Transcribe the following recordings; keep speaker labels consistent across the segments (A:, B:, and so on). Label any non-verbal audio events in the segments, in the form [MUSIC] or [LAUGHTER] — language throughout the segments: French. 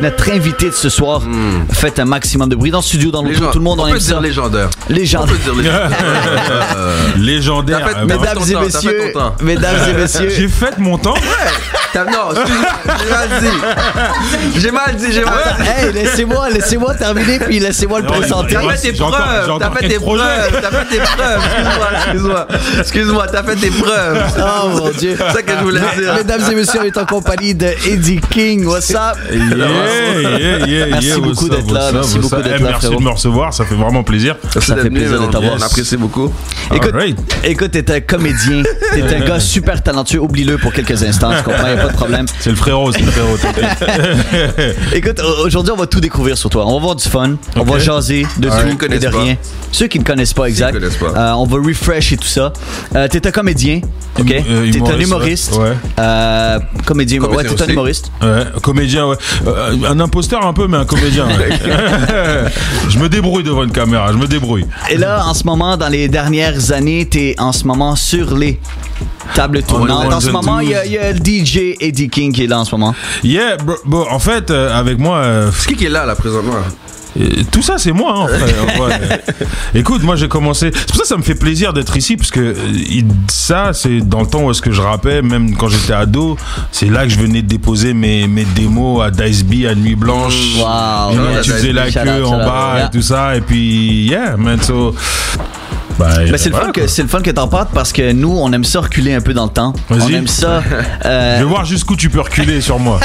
A: notre invité de ce soir. Faites un maximum de bruit dans le studio, dans le
B: Légen-
A: tout, tout le monde
B: Hmm. on
A: en
B: peut
A: aime ça.
B: dire légendaire.
A: Légendaire.
B: On peut dire
A: [LAUGHS]
B: légendaire. Euh,
C: [LAUGHS] Légendaire.
B: T'as fait-
C: Ah,
B: mais
C: bah,
A: Mesdames
B: T'as fait
A: et
B: ton temps, t'as
A: messieurs,
B: fait ton temps. [LAUGHS]
A: mesdames et messieurs,
C: J'ai fait mon
A: [LAUGHS]
C: temps.
B: t'as- non, excuse-moi, j'ai mal dit. J'ai mal dit, j'ai mal dit.
A: Hey, laissez-moi, laissez-moi terminer, puis laissez-moi le
C: Ouais,
A: présenter.
C: ouais,
B: T'as
C: ouais.
B: fait tes
C: j'ai encore- j'ai
B: preuves,
C: encore
B: t'as fait tes
C: quatre projets.
B: preuves, t'as fait tes preuves. Excuse-moi, excuse-moi. Excuse-moi, t'as fait tes preuves.
A: Oh mon dieu.
B: C'est ça que je voulais dire.
A: Mesdames et messieurs, on est en compagnie de Eddie King. What's up?
B: euh,
C: Yeah, yeah, yeah,
A: Merci
C: yeah,
A: beaucoup
C: what's up,
A: d'être là,
C: what's up,
A: merci
C: what's
A: beaucoup
C: up.
A: d'être
C: Eh,
A: là,
C: Merci
A: frérot.
C: de me recevoir, ça fait vraiment plaisir.
A: Ça
B: d'être
A: fait
B: venu,
A: plaisir de
B: on-
A: t'avoir.
B: On apprécie beaucoup.
A: Écoute,
C: Alright.
A: écoute, t'es un comédien, t'es un gars super talentueux, oublie-le pour quelques instants, tu comprends, y a pas de problème.
C: C'est le frérot, c'est le frérot.
A: [LAUGHS]
C: t'inquiète.
A: Écoute, au- aujourd'hui, on va tout découvrir sur toi. On va avoir du fun, on
C: Ok.
A: va jaser de
B: Ceux qui
A: tout et
B: connaissent
A: de
B: pas.
A: rien. Ceux qui ne connaissent pas, exact.
B: connaissent pas.
A: Euh, on va refresh et tout ça. Euh, t'es un comédien, ok?
C: Hum- euh,
A: t'es un
C: humoriste,
A: humoriste.
C: ouais. Ouais.
A: Euh, comédien,
B: Comédien
A: ouais, t'es un
B: aussi.
A: humoriste.
C: Ouais, comédien, ouais. Euh, un imposteur un peu, mais un
A: [LAUGHS]
C: comédien. ouais. [LAUGHS] je me débrouille devant une caméra, je me débrouille.
A: Et là, en ce moment, dans les dernières années, t'es en ce moment sur les tables tournantes.
C: one,
A: En ce
C: the
A: moment, il y, a- il y a le DJ Eddie King qui est là en ce moment.
C: Yeah, bro, bro, en fait, euh, avec moi, euh,
B: C'est qui qui est là, là, présentement?
C: Euh, tout ça, c'est moi. hein, frère. Ouais. Écoute, moi, j'ai commencé. C'est pour ça que ça me fait plaisir d'être ici, parce que euh, il- ça, c'est dans le temps où est-ce que je rappais, même quand j'étais ado, c'est là que je venais déposer mes, mes démos à Dice B, à Nuit Blanche.
A: Wow.
C: Et
B: Ouais,
C: tu
B: Dice
C: faisais
B: B,
C: la
A: shout out,
C: queue
A: shout
C: en
A: out.
C: bas
A: Yeah.
C: et tout ça, et puis, yeah, man, so. Bah,
A: Mais Ben, c'est le
C: voilà,
A: fun
C: quoi.
A: que c'est le fun que t'en parles parce que nous on aime ça reculer un peu dans le temps.
C: Vas-y.
A: On aime ça
C: Je
A: euh,
C: [LAUGHS] vais voir jusqu'où tu peux reculer sur moi.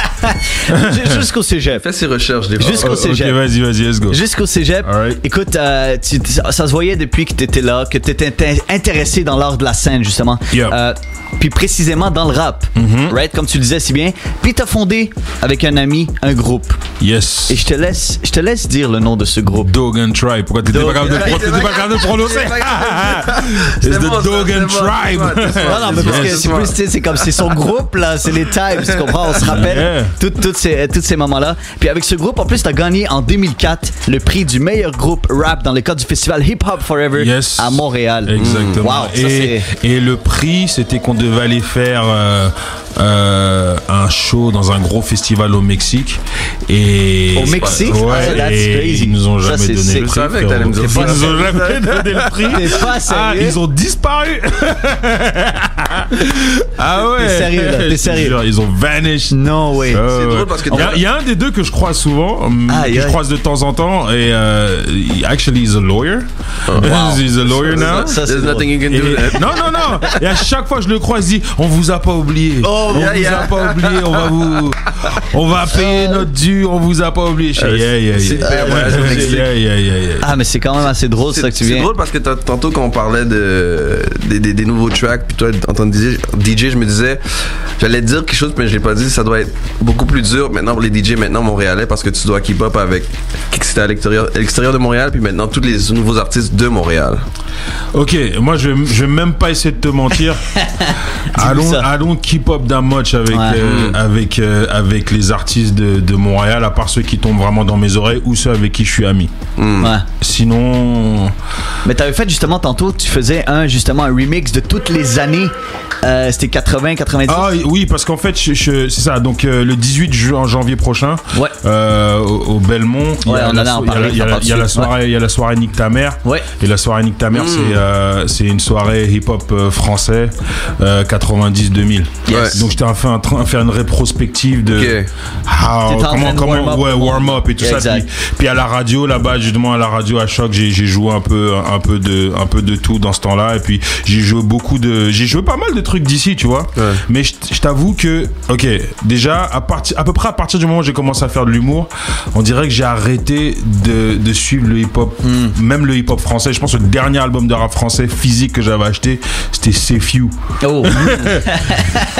A: ju- jusqu'au cégep.
B: Fais ses recherches, des
A: [LAUGHS] Jusqu'au
C: Oh, ok,
A: cégep.
C: vas-y, vas-y, let's go.
A: Jusqu'au cégep.
C: Alright.
A: Écoute, euh, tu- tu- ça, ça se voyait depuis que t'étais là, que t'étais int- intéressé dans l'art de la scène justement.
C: Yeah. Mm-hmm.
A: Euh, puis précisément dans le rap, right? Comme tu le disais si bien. Puis t'as fondé avec un ami un groupe.
C: Yes.
A: Et je te laisse, je te laisse dire le nom de ce groupe.
C: Dog and Tribe. Pourquoi t'étais
A: Dog-
C: pas capable de, pro- t'étais pas capable de prononcer [LAUGHS]
B: C'est pas grave.
C: It's the Dog and Tribe.
A: Non, non, mais parce que c'est plus, tu sais, c'est comme c'est son groupe là, c'est les Times, tu comprends, on se rappelle
C: Yeah.
A: tout- toutes ces, toutes ces moments-là. Puis avec ce groupe, en plus, t'as gagné en 2004 le prix du meilleur groupe rap dans le cadre du festival Hip Hop Forever
C: Yes.
A: à Montréal.
C: Exactement.
A: Wow, ça,
C: et, et le prix, c'était qu'on devait aller faire euh, euh, un show dans un gros festival au Mexique. Et
A: Au Mexique?
C: Ouais,
A: Ah, that's
C: et
A: crazy.
C: Ils nous ont
A: Ça,
C: jamais
A: c'est
C: donné
A: sick.
C: le
A: Je
C: prix.
B: savais que t'allais me dire
C: frérot.
B: ça.
C: Ils nous
A: [LAUGHS]
C: ont jamais donné le prix.
A: T'es pas
C: Ah,
A: sérieux?
C: ils
A: [LAUGHS]
C: ont disparu. ah ouais.
A: T'es sérieux, là, t'es
C: Je te
A: sérieux.
C: jure, Ils ont vanished.
A: No way.
C: Euh,
B: drôle
C: ouais.
B: parce que
C: Il y a- il y, a un des deux que je croise souvent, hum,
A: Aïe,
C: que je
A: aïe.
C: croise de temps en temps, et euh, he- actually he's a lawyer.
B: Oh,
C: [LAUGHS] he's a lawyer now.
A: Ça, c'est
B: There's nothing you can
C: Et-
B: do.
C: non, non, non. Et à chaque fois que je le croise, il dit On vous a pas oublié.
A: Oh,
C: on
B: yeah,
C: vous
B: yeah.
C: a pas oublié. On va vous.
B: [LAUGHS]
C: On va payer notre dû. On vous a pas oublié. Je fais,
B: Euh,
C: yeah, yeah,
B: c'est-
C: yeah.
B: c'est- ouais, c'est
C: Yeah,
B: Mexique.
C: yeah, yeah, yeah, yeah.
A: Ah, mais c'est quand même assez drôle ça que tu
B: C'est
A: viens.
B: drôle parce que tant- tantôt quand on parlait de, des, des- des nouveaux tracks, puis toi en tant que DJ, DJ, je me disais, j'allais te dire quelque chose, mais je l'ai pas dit, ça doit être beaucoup plus dur maintenant pour les DJ maintenant montréalais parce que tu dois keep up avec c'était à l'extérieur à l'extérieur de Montréal, puis maintenant tous les nouveaux artistes de Montréal.
C: Ok, moi je vais, je vais même pas essayer de
A: [LAUGHS]
C: te mentir. allons,
A: ça.
C: allons keep up d'un match avec,
A: Ouais.
C: euh, avec, euh, avec les artistes de, de Montréal, à part ceux qui tombent vraiment dans mes oreilles ou ceux avec qui je suis ami.
A: Ouais.
C: Sinon,
A: Mais t'avais fait justement tantôt, tu faisais un justement un remix de toutes les années. Euh, C'était 80, 90.
C: Ah oui, parce qu'en fait, je- je- c'est ça. Donc euh, le 18 ju- en janvier prochain,
A: Ouais.
C: euh, au, au Belmont, il y
A: Ouais,
C: a
A: on
C: la
A: en a en
C: so- il y a
A: parlé,
C: la- il y a
A: on en
C: la-
A: parle
C: il y a la
A: dessus.
C: soirée, il y a la soirée Nick ta mère.
A: Ouais. Hmm.
C: Et la soirée Nick ta mère, c'est euh, c'est une soirée hip-hop euh, français 90-2000.
B: Yes.
C: Donc j'étais en train en train de faire une rétrospective de
B: Ok.
C: how-
A: T'étais en train
C: comment
A: de
C: comment
A: warm up.
C: ouais, warm up et tout ça.
A: Exact.
C: Puis, puis à la radio là-bas, justement à la radio à choc, j'ai j'ai joué un peu un peu de un peu de tout dans ce temps-là. Et puis j'ai joué beaucoup de j'ai joué pas mal de trucs d'ici, tu vois.
B: Ouais.
C: Mais je, je t'avoue que, ok, déjà, à, partir à peu près à partir du moment où j'ai commencé à faire de l'humour, on dirait que j'ai arrêté de, de suivre le hip-hop, même le hip-hop français. Je pense que le dernier album de rap français physique que j'avais acheté, c'était C'est Few. [LAUGHS]
A: Oh.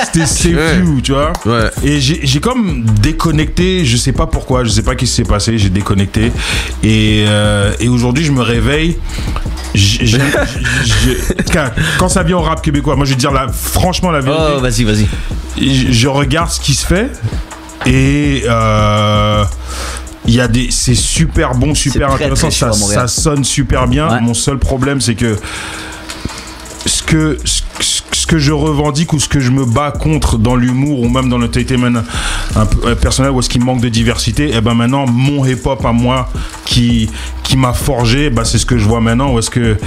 C: C'était C'est Few, tu vois.
B: Ouais.
C: Et j'ai j'ai comme déconnecté, je sais pas pourquoi, je sais pas qu'est-ce qui s'est passé, j'ai déconnecté. Et, euh, et aujourd'hui, je me réveille.
A: [LAUGHS]
C: j'ai- j'ai- j'ai- quand- Quand ça vient au rap québécois, moi je vais dire là, franchement la vérité.
A: Oh, vas-y, vas-y.
C: Et je je regarde ce qui se fait et euh, il y a des c'est super bon super
A: très,
C: intéressant
A: très chaud à
C: ça,
A: Montréal.
C: ça sonne super bien
A: Ouais.
C: mon seul problème c'est que ce que ce, ce- ce que que je revendique ou ce que je me bats contre dans l'humour ou même dans l'entertainment un, un peu- euh, personnel où est-ce qu'il manque de diversité, et ben maintenant mon hip-hop à moi qui qui m'a forgé, bah c'est ce que je vois maintenant où est-ce que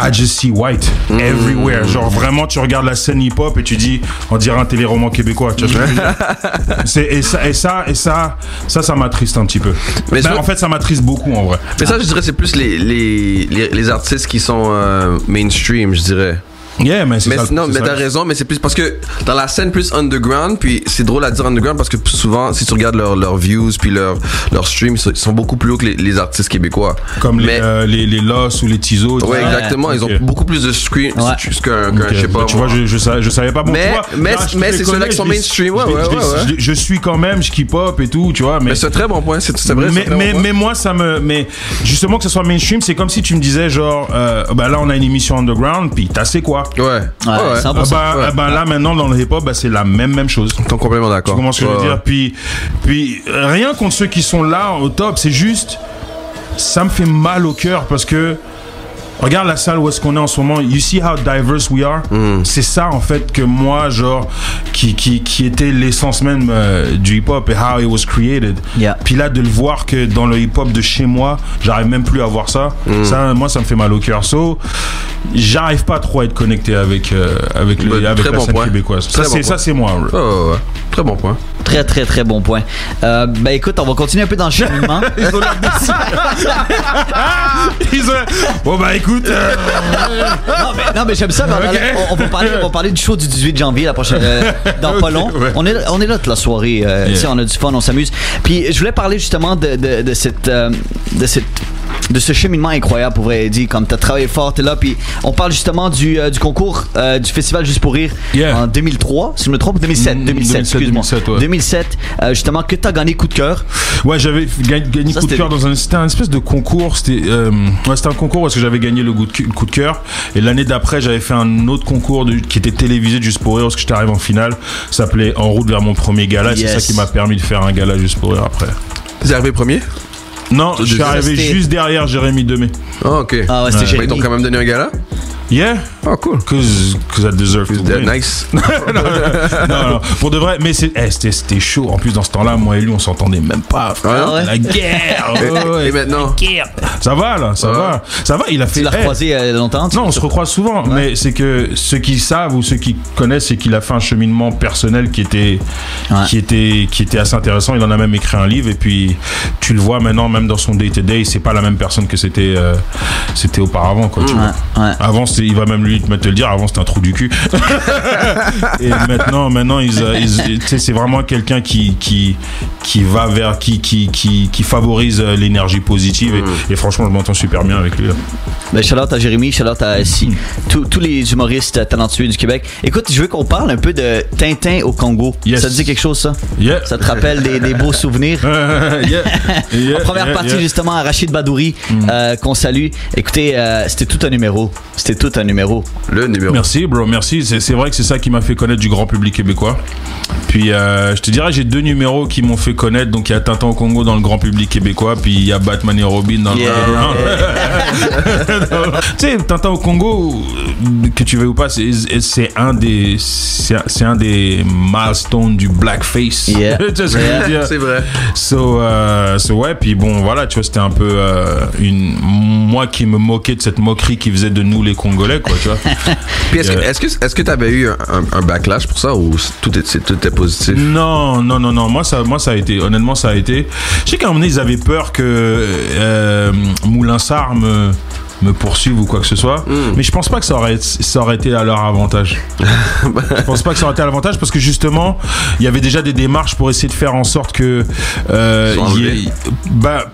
C: I just see white everywhere.
B: Mmh.
C: Genre vraiment tu regardes la scène hip-hop et tu dis on dirait un téléroman québécois. Tu vois ce que je veux dire
B: [LAUGHS]
C: C'est- et ça et ça et ça ça ça m'attriste un petit peu.
B: Mais
C: Ben,
B: ça-
C: en fait ça m'attriste beaucoup en vrai.
B: Mais
A: Ah.
B: ça, je dirais, c'est plus les, les, les, les artistes qui sont euh, mainstream, je dirais.
C: Yeah, mais c'est
B: Mais
C: ça.
B: non,
C: c'est
B: mais
C: ça.
B: t'as raison, mais c'est plus parce que dans la scène plus underground, puis c'est drôle à dire underground parce que souvent, si tu regardes leurs leurs views puis leurs leurs streams, ils sont beaucoup plus hauts que les, les artistes québécois.
C: Comme
B: Mais-
C: les, euh, les, les Loss ou les Tizo.
B: Ouais, exactement. Ils
C: ok.
B: ont beaucoup plus de streams
A: Ouais.
B: qu'un, qu'un, je sais pas.
C: Euh, bah, tu vois,
B: moi.
C: je, je, savais, je savais pas. Bon,
B: Mais-
C: tu vois,
B: mais-
C: là, je
B: mais
C: les
B: c'est ceux-là
C: connais,
B: qui sont
C: je les-
B: mainstream, ouais,
C: je les-
B: ouais,
C: je les-
B: ouais, ouais.
C: je- Je suis quand même, je keep up et tout, tu vois. Mais,
B: mais c'est un très bon point, c'est, c'est vrai. c'est
C: mais,
B: un très bon
C: mais,
B: point.
C: mais moi, ça me. Mais justement, que ce soit mainstream, c'est comme si tu me disais, genre, euh, bah là, on a une émission underground, puis t'as c'est quoi
B: Ouais. Ouais,
A: Ouais,
B: ouais.
A: ça-
C: Ah bah,
B: Ouais.
C: ah bah là, maintenant, dans le hip-hop, bah, c'est la même, même chose.
B: T'es complètement d'accord.
C: Tu comprends ce que je veux
B: Ouais,
C: dire
B: ouais.
C: Puis, puis euh, rien contre ceux qui sont là au top, c'est juste ça me fait mal au cœur parce que regarde la salle où est-ce qu'on est en ce moment. You see how diverse we are.
B: Mm.
C: C'est ça en fait que moi genre qui qui, qui était l'essence même euh, du hip hop et how it was created.
A: Yeah.
C: Puis là de le voir que dans le hip hop de chez moi, j'arrive même plus à voir ça.
B: Mm.
C: Ça moi ça me fait mal au cœur. So j'arrive pas trop à être connecté avec euh, avec le
B: Bah,
C: avec
B: très
C: la
B: bon
C: scène
B: point.
C: québécoise.
B: Très
C: Ça
B: bon
C: c'est ça
B: point.
C: c'est moi.
B: Ouais, ouais, ouais. Très bon point.
A: Très, très, très bon point. Euh, ben écoute, on va continuer un peu dans le
C: [LAUGHS]
A: cheminement.
C: Ils ont l'air déçus. Ils ont- Bon bah écoute, euh,
A: Non, mais, non, mais j'aime ça. mais on-
C: Ok.
A: on, on va parler, on va parler du show du 18 janvier, la prochaine, euh,
C: [LAUGHS]
A: dans pas
C: Ok,
A: long.
C: ouais.
A: On, est, on est là toute la soirée. euh,
C: Yeah.
A: tu sais, on a du fun, on s'amuse. Puis je voulais parler justement de, de, de cette. euh, de cette de ce cheminement incroyable pour vrai dit comme t'as travaillé fort t'es là puis on parle justement du, euh, du concours euh, du festival juste pour rire
C: Yeah.
A: en 2003 si je me trompe 2007
C: Mm,
A: 2007 excuse-moi
C: 2007, ouais.
A: 2007, euh, justement que t'as gagné coup de cœur
C: ouais j'avais gagné, gagné
A: Ça,
C: coup de
A: c'était-
C: cœur dans un, c'était un espèce de concours, c'était, euh, ouais, c'était un concours parce que j'avais gagné le coup de, cu- coup de cœur et l'année d'après j'avais fait un autre concours de- qui était télévisé juste pour rire parce que j'étais arrivé en finale, ça s'appelait En route vers mon premier gala et c'est
A: Yes.
C: ça qui m'a permis de faire un gala juste pour rire après.
B: T'es arrivé premier
C: Non, je suis
B: déjà
C: arrivé
A: resté-
C: juste derrière Jérémy Demé.
B: Ah, ok.
A: ah ouais c'était
B: Mais ils t'ont
A: génial
B: quand même donné un gala
C: Yeah,
B: Ah, cool.
C: cause, cause I deserve to win. [LAUGHS]
B: Nice.
C: non, non, pour de vrai, mais c'est- eh, c'était c'était chaud. En plus, dans ce temps-là, moi et lui, on s'entendait même pas. frère.
A: Ah ouais?
C: La guerre!
B: hein?
A: [LAUGHS]
B: Et-
C: ouais, ouais.
B: Et maintenant
C: Ça va, là, ça
B: Ouais.
C: va. Ça va, il a fait.
A: tu l'as
C: eh,
A: croisé euh, longtemps tu-
C: non, on se recroise souvent, mais c'est que ceux qui savent ou ceux qui connaissent, c'est qu'il a fait un cheminement personnel qui était,
A: Ouais.
C: qui était, qui était assez intéressant. Il en a même écrit un livre et puis tu le vois maintenant, même dans son day to day, c'est pas la même personne que c'était, euh, c'était auparavant, quoi. tu vois.
A: Ouais, ouais.
C: Avant, c'était- il va même lui te te le dire, avant c'était un trou
A: [LAUGHS]
C: du cul. et maintenant, maintenant, ils, euh, ils- tu sais, c'est vraiment quelqu'un qui, qui, qui va vers, qui, qui, qui, qui favorise euh, l'énergie positive.
A: Mm.
C: Et, et franchement, je m'entends super bien avec lui. là.
A: Ben, shout out à Jérémy, shout out à
C: Mm.
A: si, tous- tous les humoristes euh, talentueux du Québec. Écoute, je veux qu'on parle un peu de Tintin au Congo.
C: Yes.
A: Ça te dit quelque chose, ça?
C: Yeah.
A: Ça te rappelle des, des beaux souvenirs?
C: [LAUGHS]
A: [LAUGHS]
C: Yeah, [LAUGHS] yeah,
A: Première
C: yeah,
A: partie
C: yeah. Mm.
A: justement à Rachid Badouri euh, qu'on salue. Écoutez, euh, c'était tout un numéro. C'était tout un numéro.
B: Le numéro.
C: Merci, bro, merci. C'est c'est vrai que c'est ça qui m'a fait connaître du grand public québécois. Puis, euh, je te dirais, j'ai deux numéros qui m'ont fait connaître. Donc, il y a Tintin au Congo dans le grand public québécois, puis il y a Batman et Robin dans
A: Yeah.
C: le underground. tu sais, Tintin au Congo, euh, que tu veux ou pas, c'est- c'est un des, c'est un- c'est un des milestones du blackface.
A: Yeah.
C: [LAUGHS] Tu sais ce que je veux
A: Yeah.
C: dire?
B: C'est vrai.
C: So, euh, so ouais, puis bon, voilà, tu vois, c'était un peu euh, une moi qui me moquais de cette moquerie qui faisait de nous les Congolais, quoi, tu vois.
B: Puis est-ce que-
C: Yeah.
B: est-ce que est-ce que t'avais eu un, un- un backlash pour ça ou c- tout est, c'est- tout est positif
C: non, non, non, non, moi ça, moi ça a été, honnêtement, ça a été. Je sais qu'à un moment donné, ils avaient peur que euh, Moulin Sarr me me poursuive ou quoi que ce soit, mais je pense pas que ça aurait, ça aurait été à leur avantage. je pense pas que ça aurait été à l'avantage parce que justement, il y avait déjà des démarches pour essayer de faire en sorte que euh,
B: Ils sont
C: il y ait-
B: enlevés.
C: bah,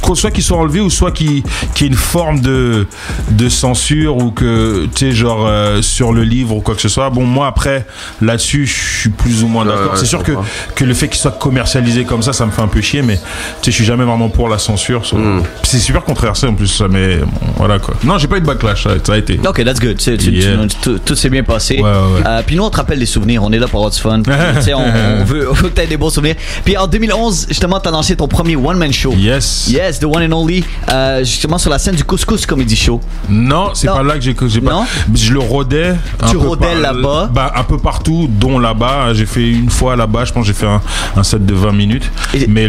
C: qu'on- soit qu'ils soient enlevés ou soit qu'il qu'il y ait une forme de, de censure ou que, tu sais, genre euh, sur le livre ou quoi que ce soit. Bon, moi, après, là-dessus, je suis plus ou moins d'accord.
B: ouais,
C: C'est
B: je
C: sûr que,
B: comprends.
C: que le fait qu'il soit commercialisé comme ça, ça me fait un peu chier, mais tu sais, je suis jamais vraiment pour la censure. so- C'est super controversé en plus, ça, mais bon, voilà. voilà quoi. Non, j'ai pas eu de backlash, ça, ça a été.
A: Ok, that's good. Tu- tu- tu-
C: Yeah.
A: tout tout s'est bien passé.
C: Ouais, ouais, ouais.
A: Euh, puis nous, on te rappelle des souvenirs. On est là pour avoir du
C: [LAUGHS]
A: fun. Tu sais, on, on veut, on veut que t'aies des bons souvenirs. Puis en 2011, justement, t'as lancé ton premier one-man show.
C: Yes.
A: Yes, the one and only. euh, justement, sur la scène du Couscous Comedy Show.
C: Non, c'est
A: Non.
C: pas là que j'ai que j'ai pas.
A: Non.
C: Je le rodais. un
A: Tu
C: peu
A: rodais
C: par-
A: là-bas.
C: bah, Un peu partout, dont là-bas. J'ai fait une fois là-bas, je pense que j'ai fait un, un set de 20 minutes.
A: Et-
C: mais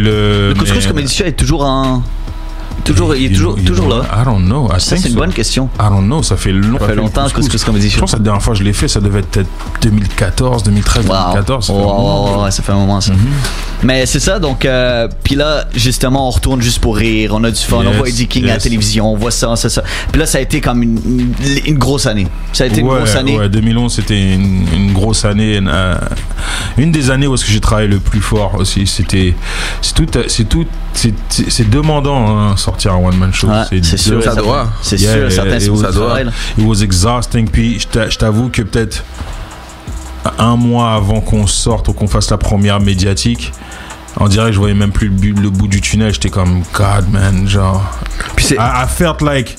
A: Le
C: le.
A: Couscous
C: mais-
A: Comedy Show est toujours en. Toujours, il est toujours, toujours là.
C: I don't know. I
A: Ça,
C: think
A: c'est une
C: so.
A: bonne question.
C: I don't know, Ah ça fait, long,
A: Ça fait longtemps que Couscous Comedy
C: Je
A: Show.
C: pense que la dernière fois que je l'ai fait, ça devait être peut-être 2014, 2013,
A: Wow.
C: 2014. ça fait
A: Ouais,
C: longtemps.
A: ouais, ouais, ouais, ça fait un moment ça.
C: Mhm.
A: Mais c'est ça, donc, euh, puis là, justement, on retourne juste pour rire, on a du fun, on
C: Yes,
A: voit Eddie King à la
C: yes.
A: télévision, on voit ça, ça, ça. Puis là, ça a été comme une, une- une grosse année. Ça a été une
C: Ouais,
A: grosse année.
C: ouais, 2011, c'était une, une grosse année. Une, euh, une des années où est-ce que j'ai travaillé le plus fort aussi. C'était, c'est tout, euh, c'est tout, c'est- c'est c'est demandant hein, sortir un one man show.
A: Ouais, c'est sûr,
C: deux-
A: et
B: ça
A: certain.
B: doit.
A: C'est
C: Yeah,
A: sûr, et certain,
C: et-
A: c'est
C: et
A: beaucoup
C: ça
A: de
C: doit.
A: travail, là.
C: It was exhausting. Puis je t'a- je t'avoue que peut-être un mois avant qu'on sorte ou qu'on fasse la première médiatique. On dirait que je voyais même plus le, bu- le bout du tunnel. J'étais comme God man, genre.
B: Puis c'est.
C: I, I felt like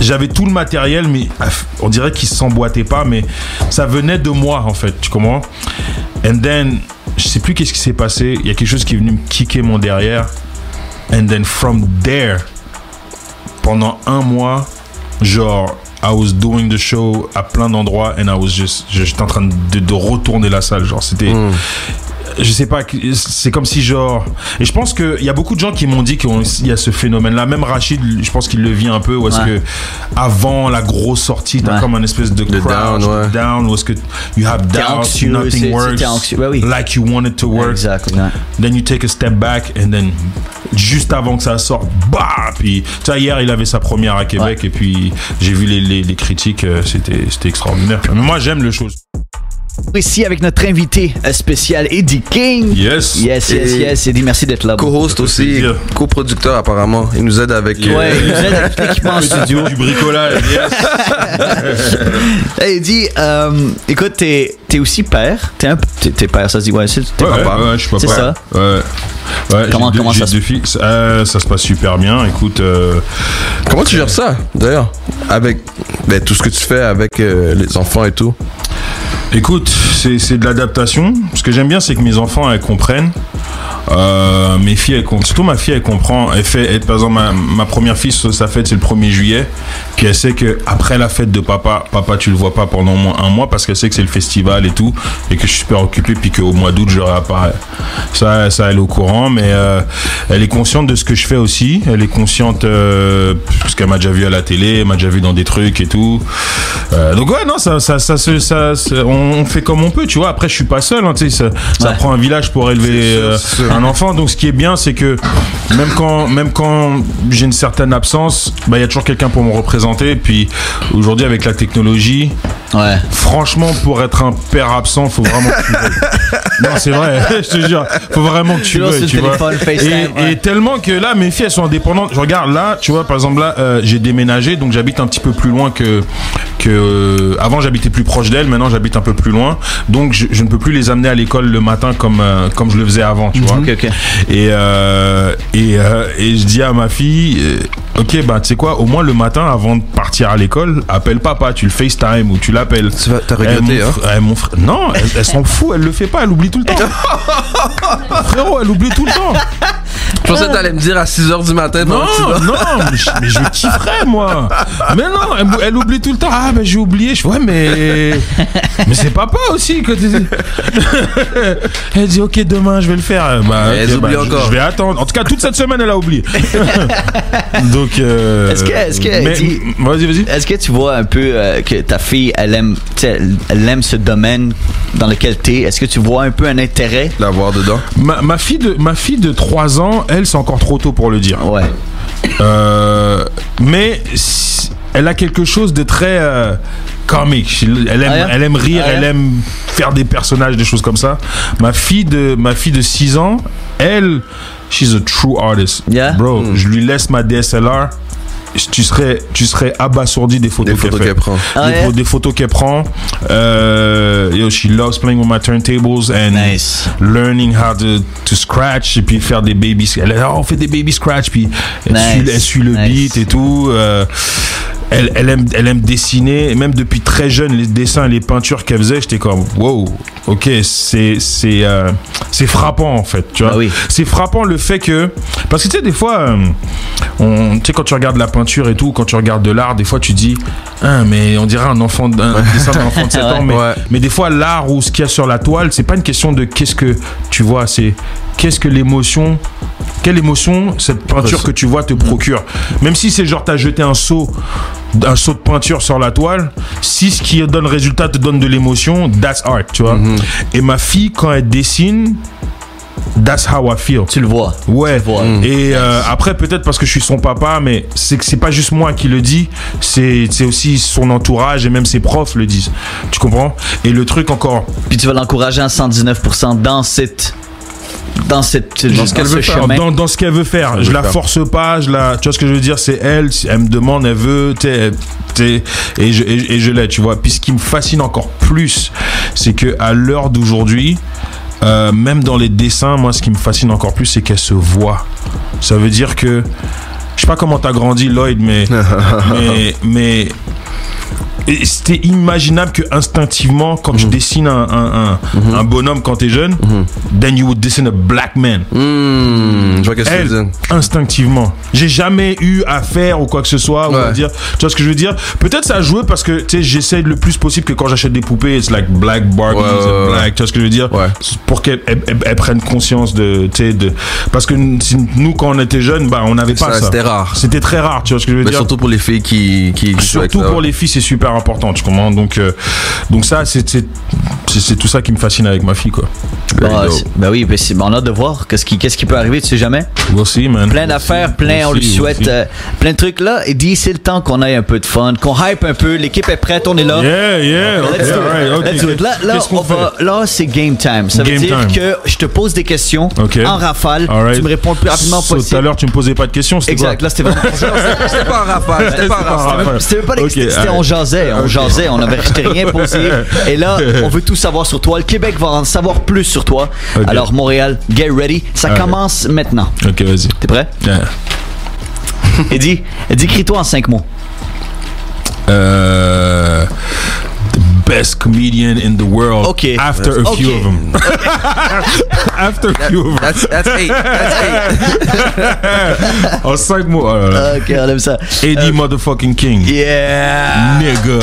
C: j'avais tout le matériel, mais I f- on dirait qu'il s'emboîtait pas, mais ça venait de moi en fait, tu comprends? And then, je sais plus qu'est-ce qui s'est passé. Il y a quelque chose qui est venu me kicker mon derrière. And then from there, pendant un mois, genre, I was doing the show à plein d'endroits and I was just, je- j'étais en train de, de retourner la salle. Genre, c'était,
A: Hmm.
C: je sais pas, c'est comme si genre, et je pense qu'il y a beaucoup de gens qui m'ont dit qu'il y a ce phénomène-là. Même Rachid, je pense qu'il le vit un peu, où est-ce
A: Ouais.
C: que avant la grosse sortie, t'as
A: Ouais.
C: comme un espèce de
B: Le
C: crouch,
B: down, ouais.
C: down, où est-ce que you have
A: T'es
C: down,
A: anxieux, c'est-
C: nothing works,
A: t'es anxieux. Ouais, oui.
C: like you wanted to work.
A: Exact, ouais.
C: Then you take a step back and then juste avant que ça sorte, bah puis tu vois hier il avait sa première à Québec et puis j'ai vu les, les, les critiques, euh, c'était c'était extraordinaire. Mais moi j'aime le show.
A: Ici, avec notre invité euh, spécial, Eddie King.
C: Yes.
A: Yes, yes,
B: Et-
A: yes, Eddie, merci d'être là.
B: Co-host aussi,
C: plaisir.
B: coproducteur apparemment. Il nous aide avec. euh,
A: Ouais, il nous aide
C: [LAUGHS]
A: avec l'équipement en studio.
C: Ah, Du bricolage. [LAUGHS] Yes.
A: Hey, Eddie, euh, écoute, t'es t'es aussi père. T'es un- t'es- t'es père, ça se dit, ouais, c'est t'es
C: Ouais, ouais,
A: papa.
C: ouais, je suis papa.
A: C'est ça.
C: Ouais. Ouais,
A: Comment-
C: j'ai deux-
A: comment
C: j'ai
A: ça se-
C: deux filles. Euh, ça se passe super bien. Écoute, euh,
B: Comment tu gères ça d'ailleurs Avec ben, tout ce que tu fais avec euh, les enfants et tout.
C: Écoute, c'est c'est de l'adaptation. Ce que j'aime bien, c'est que mes enfants, elles comprennent. Euh, mes filles, elles com- surtout ma fille, elle comprend. Elle fait, elle- par exemple, ma, ma première fille, sa sa fête, c'est le 1er juillet. Puis elle sait que après la fête de papa, papa, tu le vois pas pendant au moins un mois parce qu'elle sait que c'est le festival et tout, et que je suis super occupé, puis qu'au mois d'août, je réapparais. Ça, ça, elle est au courant, mais euh, elle est consciente de ce que je fais aussi. Elle est consciente euh, parce qu'elle m'a déjà vu à la télé, elle m'a déjà vu dans des trucs et tout. Euh, donc ouais, non, ça, ça, ça, se- ça, se- on, on fait comme on peut, tu vois. Après, je suis pas seul, hein, tu sais, ça, ça
A: Ouais.
C: prend un village pour élever
B: sûr,
C: euh,
B: c'est sûr.
C: un enfant. Donc, ce qui est bien, c'est que même quand, même quand j'ai une certaine absence, bah, il y a toujours quelqu'un pour me représenter. Puis aujourd'hui, avec la technologie,
A: Ouais.
C: Franchement, pour être un père absent, faut vraiment que tu veuilles. Non, c'est vrai, [LAUGHS] je te jure. Faut vraiment que tu
A: lances
C: veuilles,
A: le
C: tu vois.
A: téléphone,
C: Et,
A: FaceTime, ouais.
C: et tellement que là, mes filles, elles sont indépendantes. Je regarde là, tu vois, par exemple, là, euh, j'ai déménagé, donc j'habite un petit peu plus loin que. que euh, avant, j'habitais plus proche d'elles, maintenant, j'habite un peu plus loin. Donc, je, je ne peux plus les amener à l'école le matin comme, euh, comme je le faisais avant, tu vois.
A: Mhm, Ok, ok.
C: Et, euh, et, euh, et je dis à ma fille, euh, ok, bah tu sais quoi, au moins le matin avant de partir à l'école, appelle papa, tu le FaceTime ou tu l'appelles.
B: Tu vas- t'as
C: Eh, mon
B: regretté, hein?
C: fr- eh, mon fr- Non, elle, elle s'en fout, elle le fait pas, elle
B: [LAUGHS]
C: oublie tout le temps. Frérot, elle oublie tout le temps.
B: Je pensais que t'allais me dire à 6h du matin.
C: Non,
B: pendant que tu dors.
C: non, mais je, mais je kifferais, moi. Mais non, elle, mou- elle oublie tout le temps. Ah, ben j'ai oublié. Je ouais, mais. Mais c'est papa aussi. que t'es- [LAUGHS] elle dit, ok, demain, je vais le faire. Bah,
B: Elle
C: ok,
B: oublie
C: je-
B: encore.
C: Je vais attendre. En tout cas, toute cette semaine, elle a
B: [LAUGHS]
C: oublié. Donc. euh,
A: Est-ce que- est-ce que-
C: mais-
A: dis-
C: Vas-y, vas-y.
A: Est-ce que tu vois un peu euh, que ta fille, elle aime, tu sais, elle, elle aime ce domaine dans lequel t'es? Est-ce que tu vois un peu un intérêt?
B: L'avoir dedans.
C: Ma, ma fille de, ma fille de 3 ans, elle, c'est encore trop tôt pour le dire.
A: Ouais.
C: Euh, mais si- elle a quelque chose de très euh, comique. Elle aime,
A: Ah ouais
C: elle aime rire,
A: Ah ouais
C: elle aime faire des personnages, des choses comme ça. Ma fille de, ma fille de 6 ans, elle, she's a true artist.
A: Yeah. Hmm.
C: Bro, je lui laisse ma DSLR. Tu serais, tu serais abasourdi des photos
B: Des photos
C: fait.
B: qu'elle prend.
A: Ah
C: Des,
A: ouais?
C: pho- des photos qu'elle prend. Euh, yo, she loves playing with my turntables and
A: Nice.
C: learning how to, to scratch et puis faire des baby elle a- oh, on fait des baby scratch puis elle,
A: Nice,
C: suit, elle suit le
A: nice.
C: beat et tout euh, elle, elle aime, elle aime dessiner. Et Même depuis très jeune, les dessins, les peintures qu'elle faisait, j'étais comme, wow, ok, c'est c'est euh, c'est frappant en fait. Tu vois,
A: Ah oui.
C: c'est frappant le fait que parce que tu sais des fois, euh, on, tu sais quand tu regardes la peinture et tout, quand tu regardes de l'art, des fois tu dis, ah, mais on dirait un enfant, d- un dessin
A: [LAUGHS]
C: d'un enfant de 7 ans, mais,
B: Ouais.
C: mais des fois l'art ou ce qu'il y a sur la toile, c'est pas une question de qu'est-ce que tu vois, c'est qu'est-ce que l'émotion quelle émotion cette peinture que tu vois te procure Même si c'est genre t'as jeté un seau, un seau de peinture sur la toile, si ce qui donne résultat te donne de l'émotion, that's art, tu vois. Et ma fille, quand elle dessine, that's how I feel.
A: Tu le vois.
C: Ouais.
A: vois.
C: Et euh, après, peut-être parce que je suis son papa, mais c'est que c'est pas juste moi qui le dis, c'est c'est aussi son entourage et même ses profs le disent. Tu comprends Et le truc encore
A: Puis tu vas l'encourager à 119% dans cette. Dans, cette, dans,
B: qu'elle
A: ce
B: veut faire,
A: chemin.
C: Dans, dans ce qu'elle veut faire. Je
B: veut
C: la
B: faire.
C: force pas, je la, tu vois ce que je veux dire, c'est elle, si elle me demande, elle veut, tu sais, elle- tu sais, et je, et, je- et je l'ai, tu vois. Puis ce qui me fascine encore plus, c'est que à l'heure d'aujourd'hui, euh, même dans les dessins, moi, ce qui me fascine encore plus, c'est qu'elle se voit. Ça veut dire que, je sais pas comment t'as grandi, Lloyd, mais, mais, mais et c'était imaginable que instinctivement, quand tu dessines un, un, un, un bonhomme quand t'es jeune, then you would design a black man
B: Hmm, je vois qu'est-ce que tu veux
C: elle,
B: dire.
C: instinctivement. J'ai jamais eu à faire ou quoi que ce soit. ou
B: Ouais.
C: à dire, tu vois ce que je veux dire Peut-être ça a joué parce que tu sais, j'essaie le plus possible que quand j'achète des poupées, it's like black Barbies,
B: Ouais, ouais,
C: and
B: ouais.
C: black. Tu vois ce que je veux dire
B: Ouais.
C: Pour qu'elles elles- elles- elles prennent conscience de, tu sais, de. Parce que si nous, quand on était jeunes, bah, on n'avait pas
B: Ça,
C: ça.
B: C'était rare.
C: C'était très rare, tu vois ce que je veux
B: Mais
C: dire
B: surtout pour les filles qui. qui qui souhaitent
C: Surtout
B: ça.
C: pour les filles, c'est super important, tu comprends Donc, euh, donc ça, c'est c'est- c'est- c'est tout ça qui me fascine avec ma fille, quoi.
B: Very
A: Bah,
B: dope.
A: c'est- bah oui, ben c'est- ben on a hâte de voir qu'est-ce qui, qu'est-ce qui peut arriver, tu sais jamais.
C: We'll see, man.
A: Plein
C: We'll see.
A: d'affaires, plein,
C: We'll
A: on lui
C: see, we'll
A: souhaite
C: see.
A: euh, plein de trucs là. Et dit, c'est le temps qu'on aille un peu de fun, qu'on hype un peu. L'équipe est prête, on est là.
C: Yeah, yeah. ok,
A: Hein Let's do it.
C: alright, ok.
A: Let's do it. Là, là,
C: Qu'est-ce qu'on
A: on va- là, c'est game time. Ça veut
C: Game
A: dire
C: time.
A: que je te pose des questions
C: Ok.
A: en rafale.
C: Alright.
A: Tu me réponds le plus rapidement
C: So, Tout à
A: possible.
C: l'heure, tu me posais pas de questions, c'était
A: Exact.
C: quoi
A: Là, c'était vraiment.
C: [LAUGHS]
B: C'était pas un [LAUGHS] rafale, c'était pas un rafale.
A: C'était même pas des-
C: Ok,
A: c'était- c'était-
C: alright.
A: on jasait, on jasait, on avait j'étais rien
C: [LAUGHS]
A: posé. Et là, on veut tout savoir sur toi. Le Québec va en savoir plus sur toi.
C: Ok.
A: Alors Montréal, get ready. Ça
C: Alright.
A: commence maintenant.
C: Ok, vas-y.
A: T'es
C: [LAUGHS]
A: prêt
C: Yeah.
A: Eddie, décris-toi en cinq mots.
C: Euh, the best comedian in the world.
A: Ok.
C: After a few
A: [LAUGHS] Ok.
C: of them. [LAUGHS] After a few of them.
B: That's, that's eight. That's eight.
C: En cinq mots. oh là là.
A: Ok, on aime ça.
C: Eddie motherfucking King.
A: euh, Yeah. Oh,
C: Nigga.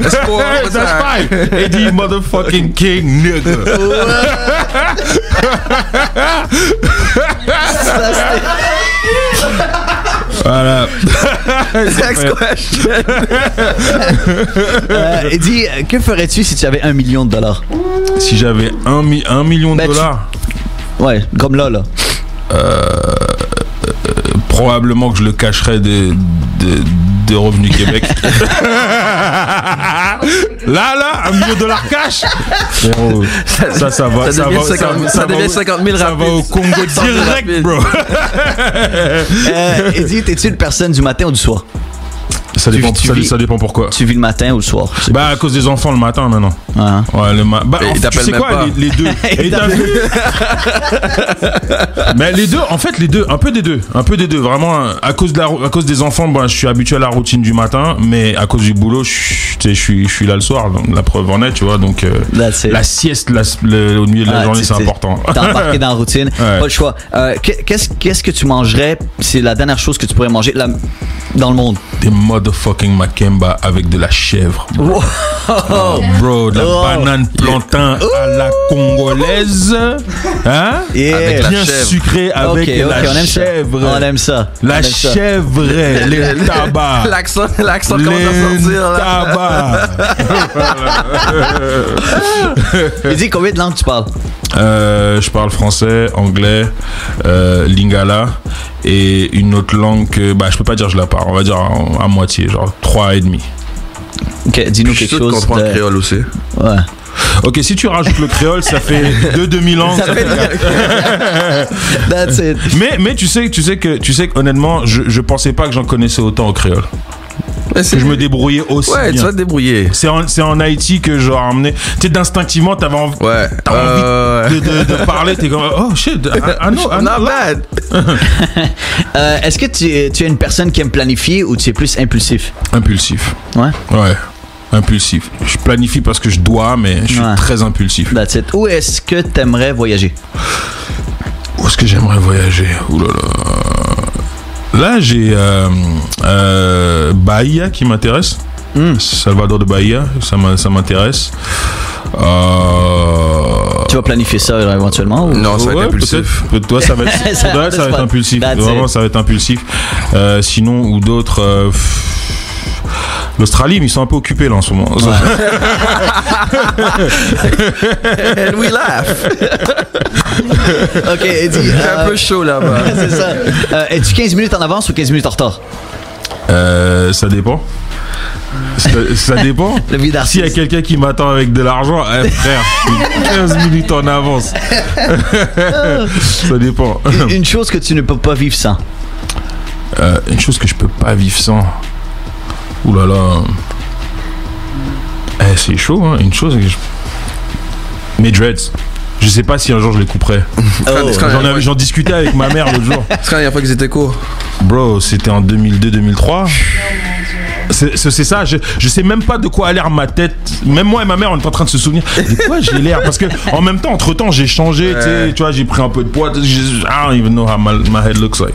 B: That's [LAUGHS] four. What's
C: That's
B: that?
C: five. Eddie motherfucking King, nigga.
A: [LAUGHS] Ça, c'était-
C: Voilà.
B: Next question.
A: Euh, Eddie, que ferais-tu si tu avais un million de dollars
C: Si j'avais un, mi- un million de
A: Ben, tu-
C: dollars,
A: Ouais, comme là, là.
C: probablement que je le cacherais de, de, de Revenu Québec. là, là, un million de dollars cash Frérot, Ça, ça va.
B: Ça
C: va,
B: devient 50
C: ça-
B: ça
C: ça va au-
B: devient 50 000
C: Ça va au
B: rapides. [LAUGHS]
C: Congo
B: 100 000
C: direct,
B: rapides.
C: bro.
A: Euh, Eddie, t'es-tu une personne du matin ou du soir
C: Ça dépend,
A: tu
C: ça,
A: vis-
C: ça dépend pourquoi.
A: Tu vis le matin ou le soir
C: Bah, à cause des enfants le matin maintenant.
A: Hein?
C: Ouais, le ma- bah,
B: Et
C: en
B: ils
C: fait, tu
B: t'appellent
C: sais
B: même
C: quoi,
B: pas.
C: les, les
A: [LAUGHS]
C: deux. Et t'as vu Mais les deux, en fait, les deux, un peu des deux, un peu des deux. Vraiment, hein, à cause de la, rou- à cause des enfants, bah, je suis habitué à la routine du matin, mais à cause du boulot, je, suis- tu sais, je suis, je suis là le soir. donc la preuve en est, tu vois. Donc euh,
A: That's it.
C: la sieste la- le- au milieu de la
A: Ah,
C: journée,
A: tu-
C: c'est
A: tu-
C: important.
A: T'es embarqué dans la routine,
C: Ouais.
A: pas le choix. Euh, que- qu'est-ce, qu'est-ce que tu mangerais C'est la dernière chose que tu pourrais manger la- dans le monde.
C: [LAUGHS] Des motherfucking Makemba avec de la chèvre.
A: Wow.
B: [LAUGHS]
C: Bro, de la
A: Oh.
C: banane plantain à la congolaise. Hein
A: Yeah.
C: Avec
B: la
C: Bien
B: chèvre.
C: sucré avec
A: ok, ok,
C: la
A: on aime
C: chèvre.
A: ça. On aime ça. on
C: La
A: aime ça.
C: [LAUGHS] chèvre, les [LAUGHS] tabacs.
B: L'accent, l'accent commence à
C: Les
B: sortir là.
C: tabacs.
A: Eddie, combien de langues tu parles
C: Euh, je parle français, anglais, euh, lingala et une autre langue que bah, je peux pas dire je la parle. On va dire à, à moitié, genre trois et demi.
A: Ok, dis-nous
B: Je suis
A: quelque
B: sûr qu'on
A: chose.
B: prend
A: de-
B: le créole aussi.
A: Ouais.
C: Ok, si tu rajoutes le créole, ça [LAUGHS] fait deux demi-langues. ça fait
A: That's it.
C: Mais, mais tu sais, tu sais que, tu sais que honnêtement, je, je pensais pas que j'en connaissais autant au créole.
B: Ouais,
C: que
B: c'est-
C: je me débrouillais aussi
B: Ouais, tu
C: bien.
B: vas te débrouiller.
C: C'est en, c'est en Haïti que j'aurais emmené. Tu sais, d'instinctivement, t'avais envie,
B: Ouais.
C: t'as
B: Euh,
C: envie de, de- de parler. T'es comme, oh [LAUGHS] shit, ah non, ah
B: Not bad.
A: Euh, Est-ce que tu, tu es une personne qui aime planifier ou tu es plus impulsif
C: Impulsif.
A: Ouais.
C: Ouais. Impulsif. Je planifie parce que je dois, mais je suis
A: Ouais. Bah.
C: très impulsif.
A: That's it. Où est-ce que tu aimerais voyager
C: Où est-ce que j'aimerais voyager Ouh là là. Là, j'ai euh, euh, Bahia qui m'intéresse.
A: Hmm.
C: Salvador de Bahia, ça m'a- ça m'intéresse. Euh,
A: Tu vas planifier ça euh, éventuellement ou-
B: Non, ça va être
C: Ouais,
B: impulsif.
C: peut-être. Peut- Toi, ça va être,
A: [LAUGHS] Ça
C: ça,
A: va,
C: ça va être
A: c'est
C: impulsif.
A: pas- that's
C: Vraiment,
A: it.
C: ça va être impulsif. Euh, sinon, ou d'autres. euh, pff, L'Australie, mais ils sont un peu occupés là en ce moment.
B: And we laugh.
A: [LAUGHS] Ok, Eddie.
B: C'est un
A: euh,
B: peu chaud
C: [LAUGHS]
B: là-bas.
A: [LAUGHS] c'est ça. Euh, Es-tu 15 minutes en avance ou 15 minutes en retard
C: Euh, ça dépend. Ça, ça
A: [LAUGHS]
C: dépend.
A: Le vie
C: S'il y a
A: d'artiste.
C: quelqu'un qui m'attend avec de l'argent, eh, frère, je suis 15 minutes
A: [LAUGHS]
C: en avance. ça dépend.
A: Une- Une chose que tu ne peux pas vivre sans.
C: Euh, une chose que je peux pas vivre sans. Ouh là là. Eh, c'est chaud, hein. Une chose que je. Mes dreads. Je sais pas si un jour je les couperai.
B: Quand- quand-
C: Oh. J'en avais- j'en discutais avec ma mère l'autre jour.
B: C'est quand la dernière fois qu'ils étaient courts.
C: Bro, c'était en 2002-2003. C'est c'est- c'est ça, je, je sais même pas de quoi a l'air ma tête. Même moi et ma mère, on est en train de se souvenir de quoi j'ai l'air. Parce que en même temps, entre temps, j'ai changé, tu sais,
B: Ouais.
C: tu vois, j'ai pris un peu de poids. tu sais, je- I don't even know how my, my head looks like.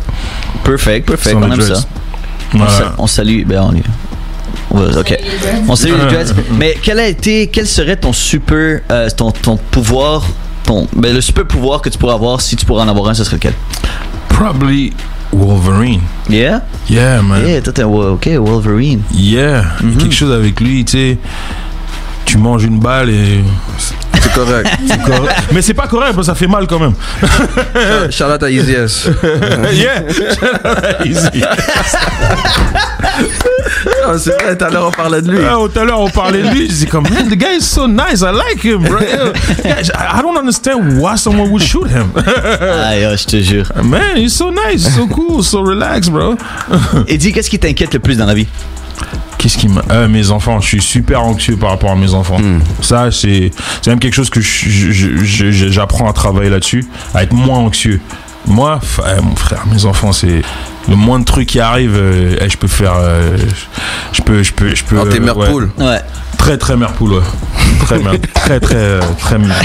A: Perfect, perfect.
C: sans
A: On
C: les
A: aime
C: dreads.
A: ça. On,
C: Voilà.
A: sa- on salue. Ben, on est. on va- Ok. On salue les dreads. Mais quel a été, quel serait ton super, euh, ton, ton pouvoir, ton, ben, le super pouvoir que tu pourrais avoir si tu pourrais en avoir un, ce serait lequel
C: Probably Wolverine.
A: Yeah.
C: Yeah, man.
A: Yeah, toi t'es un Wo- ok Wolverine.
C: Yeah, il y a
A: Mhm.
C: quelque chose avec lui, tu sais. Tu manges une balle et.
B: C'est
C: [LAUGHS]
B: correct.
C: c'est cor-
A: [LAUGHS]
C: Mais c'est pas correct, parce que ça fait mal quand même.
B: Charlotte à Easy S.
C: [LAUGHS]
A: [LAUGHS]
C: yeah! Easy.
B: Ah, C'est vrai, tout à l'heure on parlait de lui.
C: Ah, Tout à l'heure, on parlait de lui. Je dis comme, man, the guy is so nice. I like him, bro. Guys, I I don't understand why someone would shoot him. [LAUGHS]
A: Aïe, ah, je te jure.
C: Man, he's so nice, so cool, so relaxed, bro.
A: Et dis, qu'est-ce qui t'inquiète le plus dans la vie
C: Qu'est-ce qui m'a. Euh, mes enfants, je suis super anxieux par rapport à mes enfants.
B: Hmm.
C: Ça, c'est c'est même quelque chose que je- je- je- je- j'apprends à travailler là-dessus, à être moins anxieux. Moi, f- euh, mon frère, mes enfants, c'est. Le moins de trucs qui arrivent, euh, eh, je peux faire. euh, je je peux. Je peux. Je peux
B: Dans tes
C: euh,
B: mères
C: ouais.
B: poules.
A: Ouais.
C: Très, très mère poule, ouais. Très, mère- très, très, euh, très, mère-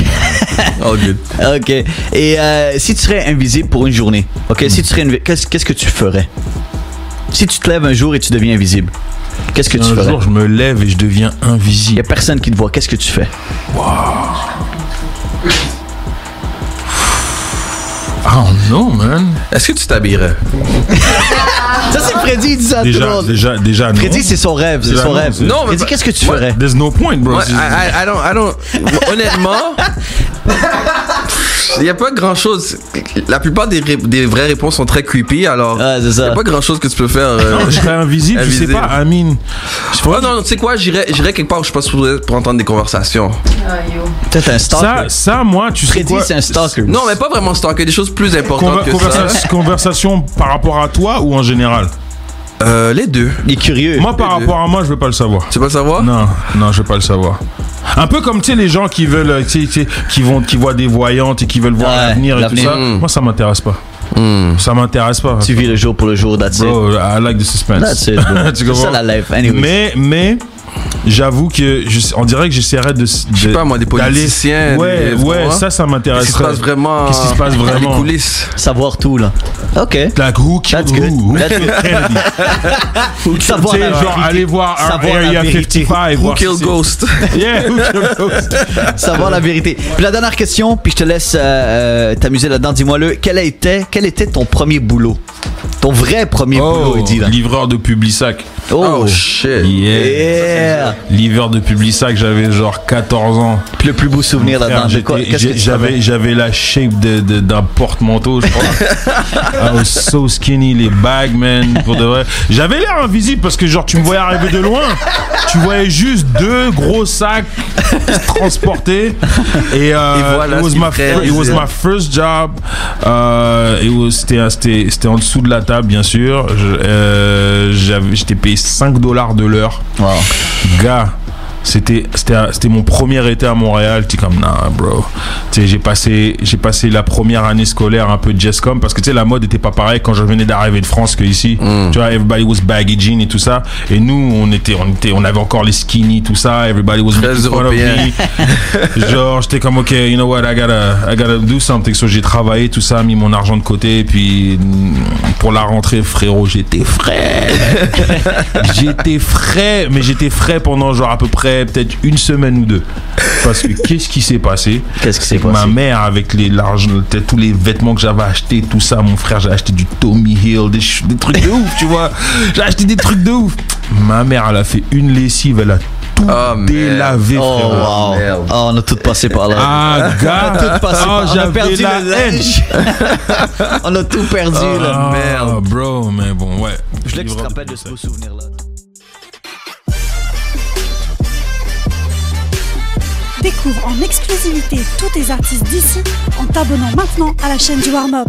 B: Oh, good.
A: Ok. Et euh, si tu serais invisible pour une journée, ok, si tu serais invi- qu'est-ce qu'est-ce que tu ferais Si tu te lèves un jour et tu deviens invisible, qu'est-ce que tu
C: un
A: ferais
C: jour, je me lève et je deviens
A: Il y a
C: invisible.
A: personne qui te voit. Qu'est-ce que tu fais
C: Ah non, man.
B: Est-ce que tu t'habillerais?
A: Ça Ah, c'est Freddy, il dit ça à tout le
C: Déjà,
A: monde.
C: déjà, déjà, non.
A: Freddy, c'est son rêve, c'est
C: Déjà,
A: son
C: non,
A: rêve.
C: c'est- Non, bah,
B: mais
A: Freddy,
B: pas-
A: qu'est-ce que tu ferais
C: There's no point, bro.
B: Moi, I, I, I don't, I
A: [LAUGHS]
B: don't. Honnêtement, il n'y a pas grand chose. La plupart des, ré- des vraies réponses sont très creepy, alors.
A: Ouais, c'est
B: Il n'y
A: ça.
B: a pas grand chose que tu peux faire. euh. [LAUGHS]
C: Je serais invisible, je sais
B: Invisible.
C: pas, Amine. Je
B: Oh
C: pourrais-
B: non, tu sais quoi, j'irais j'irais quelque part où je passe pour, pour entendre des conversations.
A: Peut-être un
C: ça,
A: stalker.
C: ça, moi, tu sais
A: Freddy,
C: quoi
A: c'est un stalker.
B: Non, mais pas vraiment stalker, des choses plus importantes
C: Conver-
B: que
C: conversa-
B: ça.
C: Conversation par rapport à toi ou en général
B: Euh, les deux.
A: Il est curieux.
C: Moi, par
B: deux.
C: rapport à moi, je veux pas le savoir.
B: Tu veux pas le savoir?
C: Non, non, je veux pas le savoir. Un peu comme tu sais les gens qui veulent, euh, tu sais, tu sais, qui vont, qui voient des voyantes et qui veulent voir
A: Ouais,
C: l'avenir et tout
A: l'avenir.
C: ça.
B: Mm.
C: Moi, ça m'intéresse pas.
B: Hmm.
C: Ça m'intéresse pas.
A: Tu vis le jour pour le jour, that's it.
C: Bro, I like the suspense.
A: That's it, bro.
C: [LAUGHS] Tu
A: C'est ça
C: comprends
A: la life, anyway.
C: Mais, mais, j'avoue que je- on dirait que j'essaierais de.
B: Je sais pas, moi, des politiciens.
C: Ouais,
B: des-
C: ouais,
B: hein?
C: ça, ça
B: Qu'est-ce qui se
C: m'intéresserait.
B: passe vraiment? euh,
C: Qu'est-ce qui se passe
B: dans
C: vraiment
B: Les coulisses.
A: Savoir tout, là. Ok.
C: Like, who killed
A: That's good.
C: who? Who
A: That's
C: killed Kennedy? Tu
A: Savoir
C: sais,
A: la
C: genre,
A: vérité.
C: aller voir un
A: Savoir la
C: Area
A: vérité.
C: 55.
B: Who
C: voir si
B: killed
C: c'est-
B: Ghost?
C: Yeah, who
B: [LAUGHS]
C: killed Ghost?
A: Savoir la vérité. Puis la dernière question, puis je te laisse euh, euh, t'amuser là-dedans. Dis-moi le, quel était, quel était ton premier boulot Ton vrai premier
C: Oh,
A: boulot, Eddie, là.
C: livreur de Publisac.
B: Oh, shit.
C: Yeah.
A: yeah.
C: Livreur de Publisac, j'avais genre 14 ans.
A: Puis le plus beau souvenir
C: Frère,
A: là-dedans, de quoi
C: j'étais-
A: Qu'est-ce que
C: j'ai-
A: tu
C: J'avais, j'avais la shape de- de- d'un porte-manteau,
A: [LAUGHS]
C: je crois. I was so skinny, les bagues, man, pour de vrai. J'avais l'air invisible parce que genre tu me voyais arriver de loin. Tu voyais juste deux gros sacs transportés. Et, euh,
B: Et voilà
C: it, was
B: ce qui
C: my,
B: me fait
C: fir- it was
B: plaisir.
C: my first job. Euh, it was- c'était, c'était, c'était en dessous de la table, bien sûr. Je- euh, j'avais- J'étais payé 5 dollars de l'heure. Gars. C'était c'était à- c'était mon premier été à Montréal, tu comme nah bro. Tu sais, j'ai passé j'ai passé la première année scolaire un peu de Jesscom parce que tu sais la mode était pas pareille quand je venais d'arriver de France que ici.
B: Mm.
C: Tu vois everybody was baggy jean et tout ça et nous on était on était on avait encore les skinny tout ça, everybody was
B: Très
C: making fun of
B: européen. [LAUGHS]
C: me. Genre, j'étais comme, ok, you know what, I gotta, I gotta do something. So, j'ai travaillé, tout ça, mis mon argent de côté. Et puis, mm, pour la rentrée, frérot,
A: [LAUGHS]
C: j'étais frais. j'étais frais, mais j'étais frais pendant, genre, à peu près, peut-être une semaine ou deux. Parce que qu'est-ce qui s'est passé
A: Qu'est-ce qui s'est
C: C'est que
A: passé
C: Ma mère, avec les l'argent, peut-être tous les vêtements que j'avais achetés, tout ça, mon frère, j'ai acheté du Tommy Hill, des, ch- des trucs de ouf, tu vois. J'ai acheté des trucs de ouf. Ma mère, elle a fait une lessive, elle a tout
B: Ah, merde.
C: délavé,
A: Oh,
C: frérot.
A: wow.
B: merde.
A: Ah, on a tout passé par là.
C: Ah, gars,
A: On a tout passé
C: oh,
A: par On a
C: j'avais
A: perdu
C: la
A: le
C: haine.
A: linge. [LAUGHS] on a tout perdu, là.
C: Ah,
B: merde.
C: bro, mais bon, ouais.
A: Je voulais que tu te
C: Livreur
A: rappelles de ce beau souvenir-là.
D: Découvre en exclusivité tous tes artistes d'ici en t'abonnant maintenant à la chaîne du Warm Up.